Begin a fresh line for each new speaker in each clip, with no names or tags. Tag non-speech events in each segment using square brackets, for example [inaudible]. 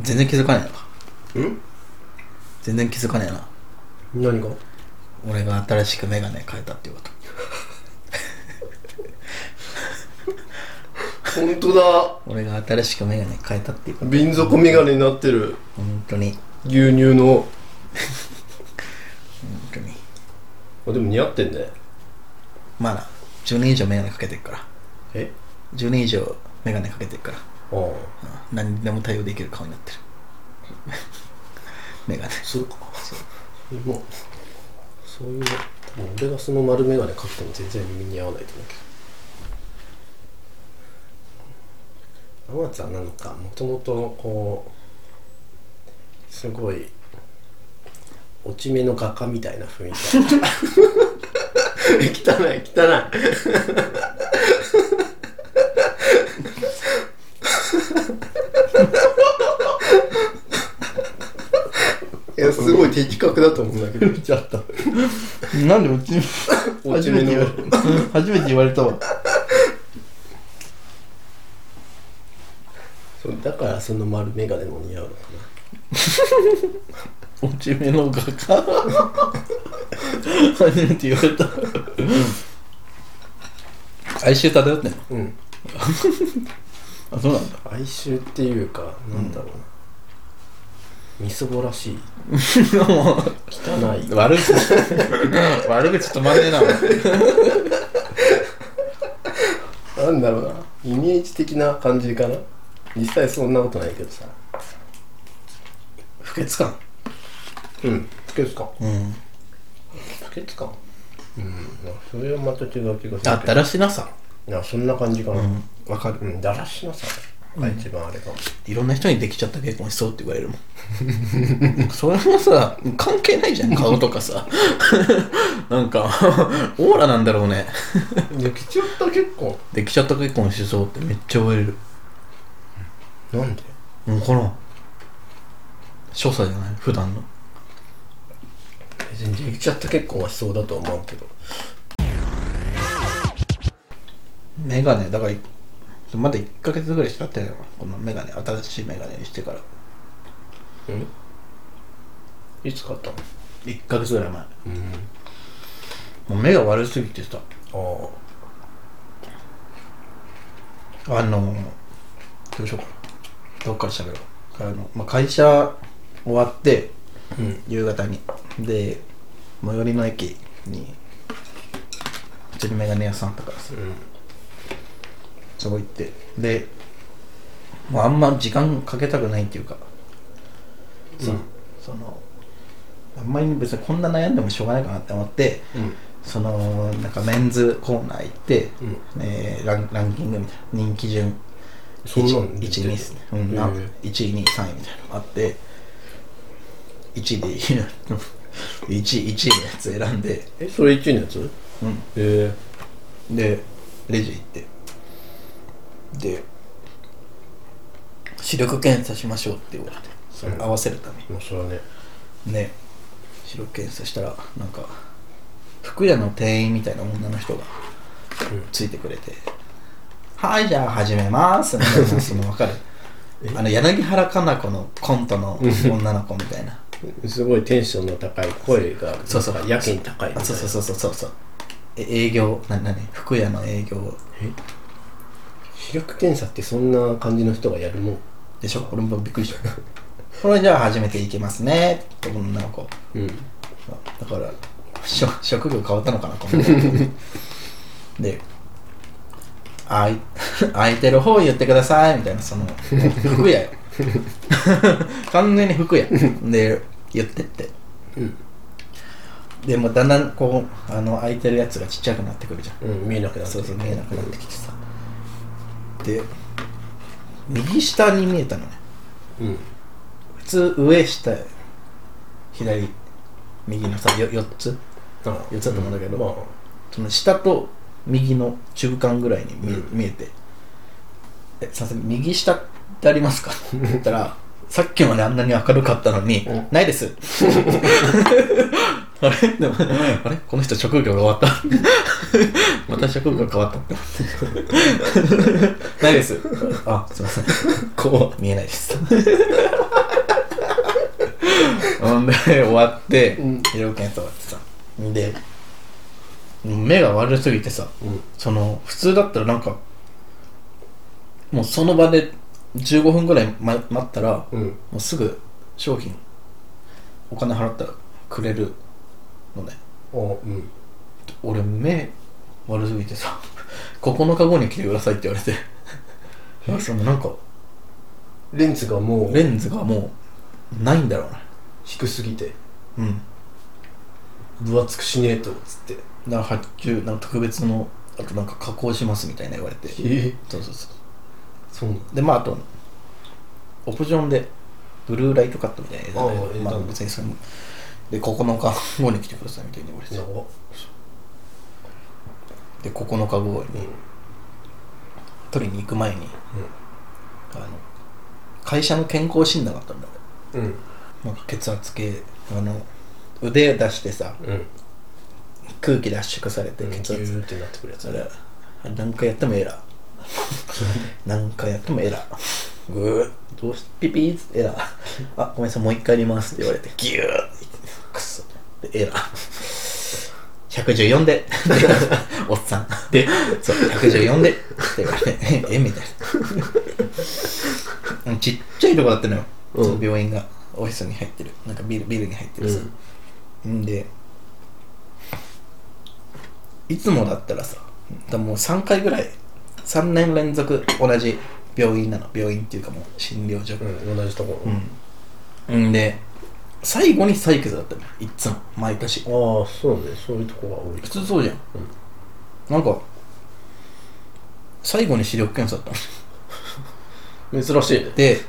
全然気づかねえな。
ん
全然気づかねえな。
何が
俺が新しくメガネ変えたっていうこと。
本当だ
俺が新しくメガネ変えたっていうこと。
瓶底メガネになってる
本当に、本
牛乳の
当に。
あでも似合ってんね
まあな、10年以上メガネかけてるから。
え
10年以上メガネかけてるから。
ああ
うん何にでも対応できる顔になってる。 [laughs] メガネ。
そうかもうそういうの多分俺がその丸眼鏡かけても全然身に合わないと思うけど天津はなんかもともとこうすごい落ち目の画家みたいな雰囲気 [laughs] 汚い汚いいやすごい的確だと思うんだけ [laughs] ど
ちゃった。なんで落ち
落ち目の
初めて言われたわ。
そうだからその丸眼鏡も似合うのかな
落ち目の画家 [laughs] 初めて言われた哀愁漂ってんの
うん
あそうなんだ
哀愁っていうかなんだろうな、みそぼらしい汚い
悪口 [laughs] 悪口止まんねえな
なんだろうなイメージ的な感じかな実際そんなことないけどさ
不潔感
うん不潔感
うん
不潔感うんなんかそれはまた違う気がす
あ
る
っ
け
たらしなさ
どいやそんな感じかな
うんわかる
うん、だらしなさが一番あれかも、
いろんな人にできちゃった結婚しそうって言われるもんそれもさ関係ないじゃん顔とかさなんかオーラなんだろうね
できちゃった結構
できちゃった結婚しそうってめっちゃ言われる
なんで
もうこの所作じゃない普段の
別にできちゃった結婚はしそうだとは思うけど
メガネだからまだ1ヶ月ぐらいしか経ってないのかなこのメガネ新しいメガネにしてから
うんいつ買ったの
1ヶ月ぐらい前
うん
もう目が悪すぎてさ
ああ
あのどうしようかなどっから喋ろうあの、まあ、会社終わって、
うん
夕方にで最寄りの駅に普通にメガネ屋さんあったからさ
うん
そこ行ってでもうあんま時間かけたくないっていうかさ、
うん
そのあんまり別にこんな悩んでもしょうがないかなって思って
うん
そのなんかメンズコーナー行って、
うん
えーランランキングみたいな人気順
そんなの出て
1
る
位2位、うんな
へえ
1位2位3位みたいなのがあって1位でいいな [laughs] 1位1位のやつ選んで、
えそれ1位のやつ
うん、
え
でレジ行ってで視力検査しましょうって言われてそれ合わせるため
えまあそれはね
にね視力検査したらなんか服屋の店員みたいな女の人が
うん
ついてくれて「はいじゃあ始めます」みた
[laughs]
いなその分かるあの柳原加奈子のコントの女の子みたいな
すごいテンションの高い声が
そうそう
なんかやけに高いみたい
あ
な
そうそうそうそうそうそうえ営業な何服屋の営業
視力検査ってそんな感じの人がやるもん
でしょ俺もびっくり
[laughs]
したこれじゃあ始めていきますね女の子
うん
だからしょ職業変わったのかなこ
[laughs]
の子であい [laughs] 空いてる方言ってくださいみたいなその服
[laughs]
屋よ完全に服屋で言ってって、
うん
でもうだんだんこうあの空いてるやつがちっちゃくなってくるじゃん
うん見えなくなって
そうそう見えなくなってきてさで右下に見えたのね
うん
普通上下左右のさよ4つ
あ
言ってたと思うんだけど
まあ
その下と右の中間ぐらいに見,、
うん
見えて「えすいません右下ってありますか?」って言ったら「さっきまであんなに明るかったのに、
うん
ないです」
[laughs]
あれでもあれこの人職業が終わっ
[laughs]
たまた職業変わったって思ってないですあすいません
こ
見えないです [laughs] ほんで終わって
うん
医療検査終わってさで目が悪すぎてさ
うん
その普通だったらなんかもうその場で15分ぐらいま待ったらも
うん
うすぐ商品お金払ったらくれるのね
おうん
俺目悪すぎてさ9日後に来てくださいって言われてあそのなんか
レンズがもう
レンズがもうないんだろうな
低すぎて
うん
分厚くしねえとつって
だから発注なんか特別のあとなんか加工しますみたいな言われて
ええ
そうそうそ
そうなの
うでまああとオプションでブルーライトカットみたいなの入れたんだけど
ああ入れたんだ
まあ別にそれもで9日後に来てくださいみたいに言われて
長っ
で9日後
う
に
ん
取りに行く前に、あの会社の健康診断があったんだよ
うん
なんか血圧計あの腕出してさ
うん
空気脱縮されて
で
血
ギ
圧
ューってなってくるやつ
それあれ何回やってもエラー何回やってもエラーグーどうしピピーっつってエラーあごめんなさいもう一回やりますって言われてギューってクソでエラー114でおっさんでそう114でって言われてえみたいなちっちゃいとこだったのよ、
うん
その病院がオフィスに入ってるなんかビルビルに入ってるさ、んでいつもだったらさだもう3回ぐらい3年連続同じ病院なの病院っていうかもう診療所
うん同じとこ
うんんで最後に採血だったのよいっつも毎年
ああそうねそういうとこが多い
普通そうじゃん、
うん
なんか最後に視力検査だったの
珍しいね
[laughs] で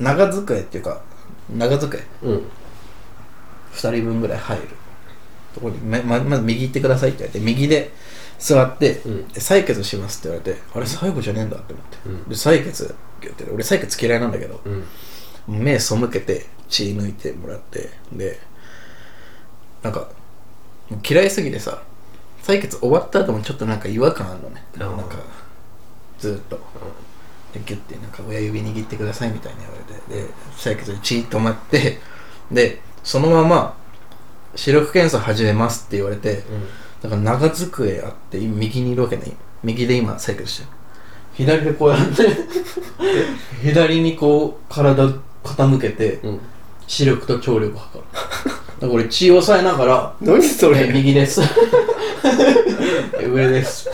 長机っていうか長机
うん
2人分ぐらい入るところにまままず右行ってくださいって言われて右で座って、
うん
で採血しますって言われてあれ最後じゃねえんだって思って、
うん
で採血って言って俺採血嫌いなんだけど
うん
目背けて血抜いてもらってでなんか嫌いすぎてさ採血終わった後もちょっとなんか違和感あるのね
あー
なんかずっとでギュッてなんか親指握ってくださいみたいに言われてで採血でチーッと待ってでそのまま視力検査始めますって言われて
うん
だから長机あって右にいるわけない右で今採血してる左でこうやって [laughs] 左にこう体傾けて
うん
視力と聴力を測るだから俺血を抑えながら
何そ
え右です [laughs] 上です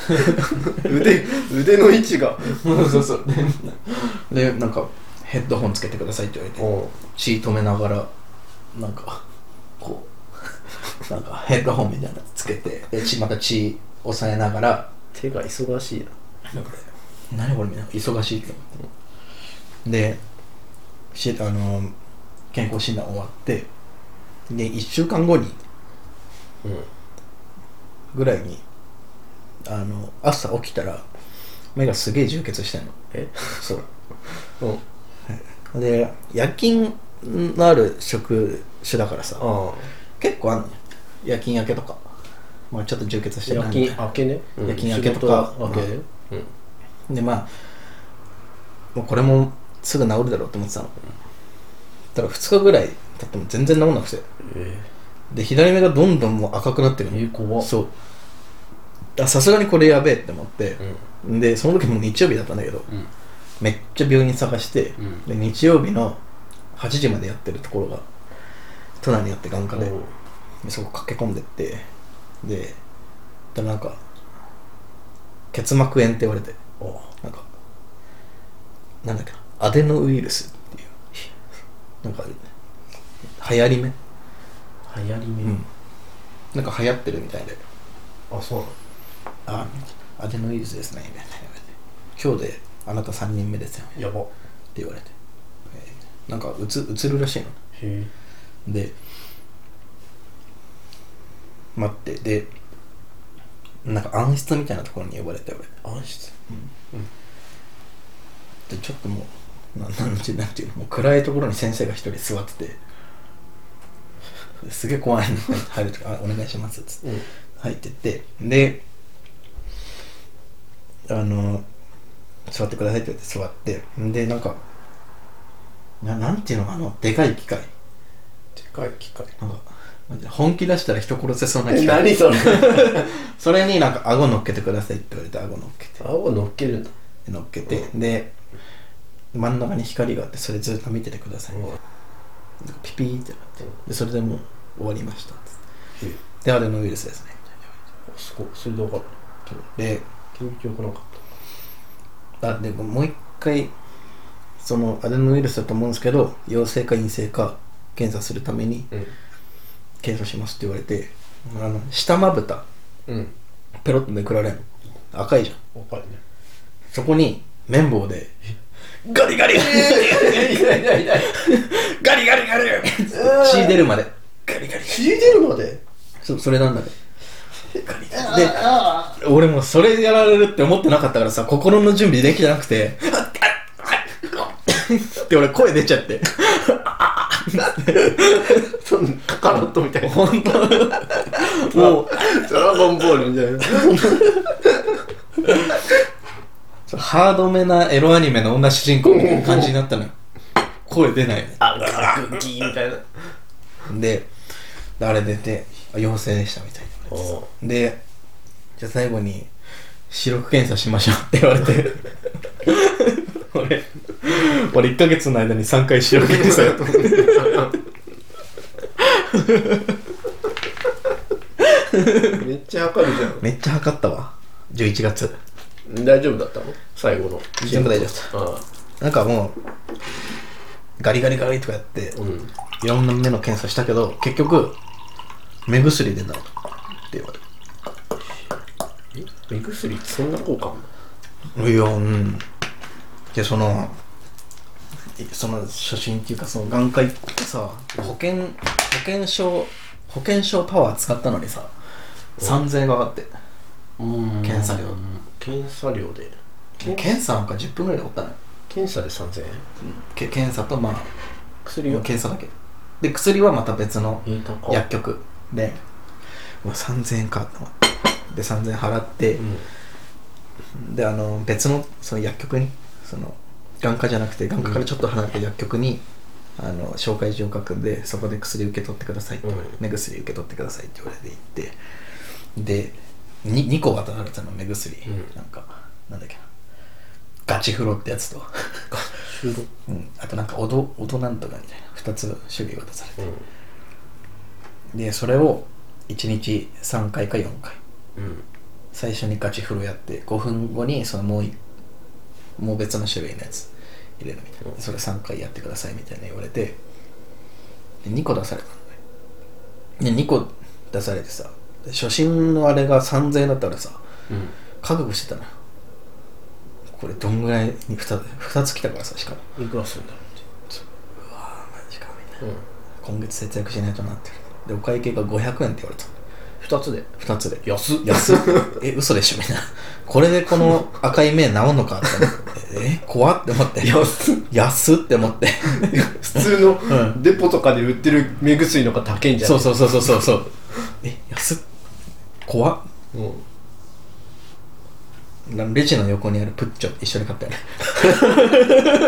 腕腕の位置が
そうそうそうでなんかヘッドホンつけてくださいって言われて
お
血止めながらなんかこうなんかヘッドホンみたいなのつけてで血また血抑えながら
手が忙しいな
なんか何これみたいな忙しいって思ってでしあの健康診断終わってで1週間後に
うん
ぐらいにあの朝起きたら目がすげえ充血してんの
え
そう
[laughs] うん
で夜勤のある職種だからさ
ああ
結構あんのよ夜勤明けとかまあちょっと充血してる
夜
なみたい
勤
な
明けね
夜勤明けとか
仕事明けねうん
でまあもうこれもすぐ治るだろうと思ってたのただ2日ぐらい経っても全然治んなくて
え
で左目がどんどんもう赤くなってるの
有効
そうあさすがにこれやべえって思って
う、ん
でその時もう日曜日だったんだけど
うん
めっちゃ病院探して、
うん
で日曜日の8時までやってるところが都内にあって眼科で、
うん
でそこ駆け込んでってでだなんか結膜炎って言われて
あ
なんかなんだっけなアデノウイルスっていうなんか流行り目、
流行り目、
なんか流行ってるみたいで
あそう
あアデノウイルスですねみたいな言われて今日であなた3人目ですよね
なのやばへ
って言われて、えーなんかうつうつるらしいの
え
で待ってでなんか暗室みたいなところに呼ばれて俺
暗室
でちょっともうななんてなんていうのもう暗いところに先生が一人座っててですげえ怖いの入るとか「あお願いします」っつって
うん
入ってってであの座ってくださいって言って座ってでなんかななんていうのあのでかい機械
でかい機械
なんか本気出したら人殺せそうな
え
機械
何それ [laughs]
それになんか顎乗っけてくださいって言われて顎乗っけて
顎乗っけるんだ
乗っけて、で真ん中に光があってそれずっと見ててください、
うん
ピピーってなってでそれでもう終わりました
え
でアデノウイルスですね
すごいそれで分かっ
で
た緊張がなかっ
あでももう一回そのアデノウイルスだと思うんですけど陽性か陰性か検査するために
たうん
検査しますって言われてあの下まぶた
うん
ペロッとめくられんの赤いじゃん
分かる [laughs] ね
そこに綿棒でガリガリ
痛い痛い痛い
ガリガリガリ血出るまでガリガリ
血出るまで
そそれなんだねで俺もそれやられるって思ってなかったからさ心の準備できてなくてって俺声出ちゃって
そのカカロットみたいな
本当
もうドラゴンボールみたいな
ハードめなエロアニメの女主人公みたいな感じになったのよ声出ない
あガッキーみたいな
でであれ出てあ陽性でしたみたいな
お
でじゃあ最後に視力検査しましょうって言われて [laughs] 俺俺1ヶ月の間に3回視力検査やった
めっちゃ明るいじゃ
めっちゃ測ったわ11月
ん大丈夫だったの最後の
全部大丈夫だ
あ
なんかもうガリガリガリとかやって
あうん
いろんな目の検査したけど結局目薬出ないって言われ
え目薬ってそんな効果あんの
るいやうんでそのいその初診っていうかその眼科行ってさ保険保険証保険証パワー使ったのにさ3000円が上がって検査料
検査料で
検査なんか10分ぐらいで終わったのよ
検査で3000円
け検査とまあ
薬を
検査だけで薬はまた別の
えー高っ
薬局でうわ3000円かと思ってで3000円払って
う、ん
であの別のその薬局にその眼科じゃなくて眼科からちょっと離れた薬局に、あの紹介状を書くんでそこで薬受け取ってくださいって言われて、
うん
目薬受け取ってくださいって言われて行ってで 2, 2個渡されたの目薬、
うん
なんかなんだっけなガチ風呂ってや
[laughs]
つと、
収録
うん、あとなんかおどおどなんとかみたいな2つ種類渡されて
う
でそれを1日3回か4回
んうん
最初にガチ風呂やって5分後にそのもういもう別の種類のやつ入れるみたい
うん
なそれ3回やってくださいみたいな言われてで2個出されたのねで2個出されてさで初心のあれが3000円だったらさ
うん
覚悟してたのよこれどんぐらいに 2, 2つ来たからさしかも
いくらするんだろう
うわーマジかみたいな
って
今月節約しないとなってでお会計が500円って言われた
2つで
2つで
安っ
安っえ嘘でしょみんなこれでこの赤い目治んのかって思ってえ怖って思って
安っ
安っって思って
普通のデポとかで売ってる目薬の方が高いんじゃ
そ
な
う
い
そうそうそうそうそうえ安っ怖っ
うん
レジの横にあるプッチョ一緒に買ったよ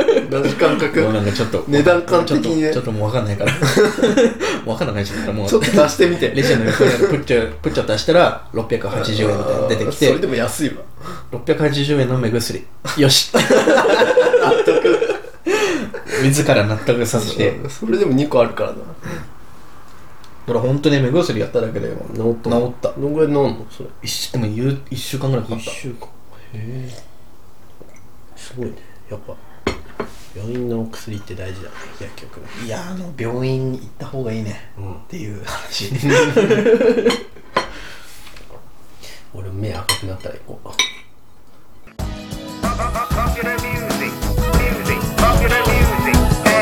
ね
同じ感
もう
覚
なんかちょっと
値段感的にね
ちょっとちょっともう分かんないから
[laughs]
分かんなくなっちゃったからもう
ちょっと出してみて
レジの横にあるプッチョプッチョ出したら680円みたいなの出てき
あーそれで
て
も安いわ
680円の目薬よし [laughs] 自ら納得させて
それでも2個あるからな
ほら本当に目薬やっただけでも
治った
治った
どんぐらい飲んのそれ
一週でも言う一週間ぐらいかかった
間へえすごいねやっぱ病院のお薬って大事だね薬局ね
いやーあの病院行った方がいいね
うん
っていう話
俺目赤くなったら行こう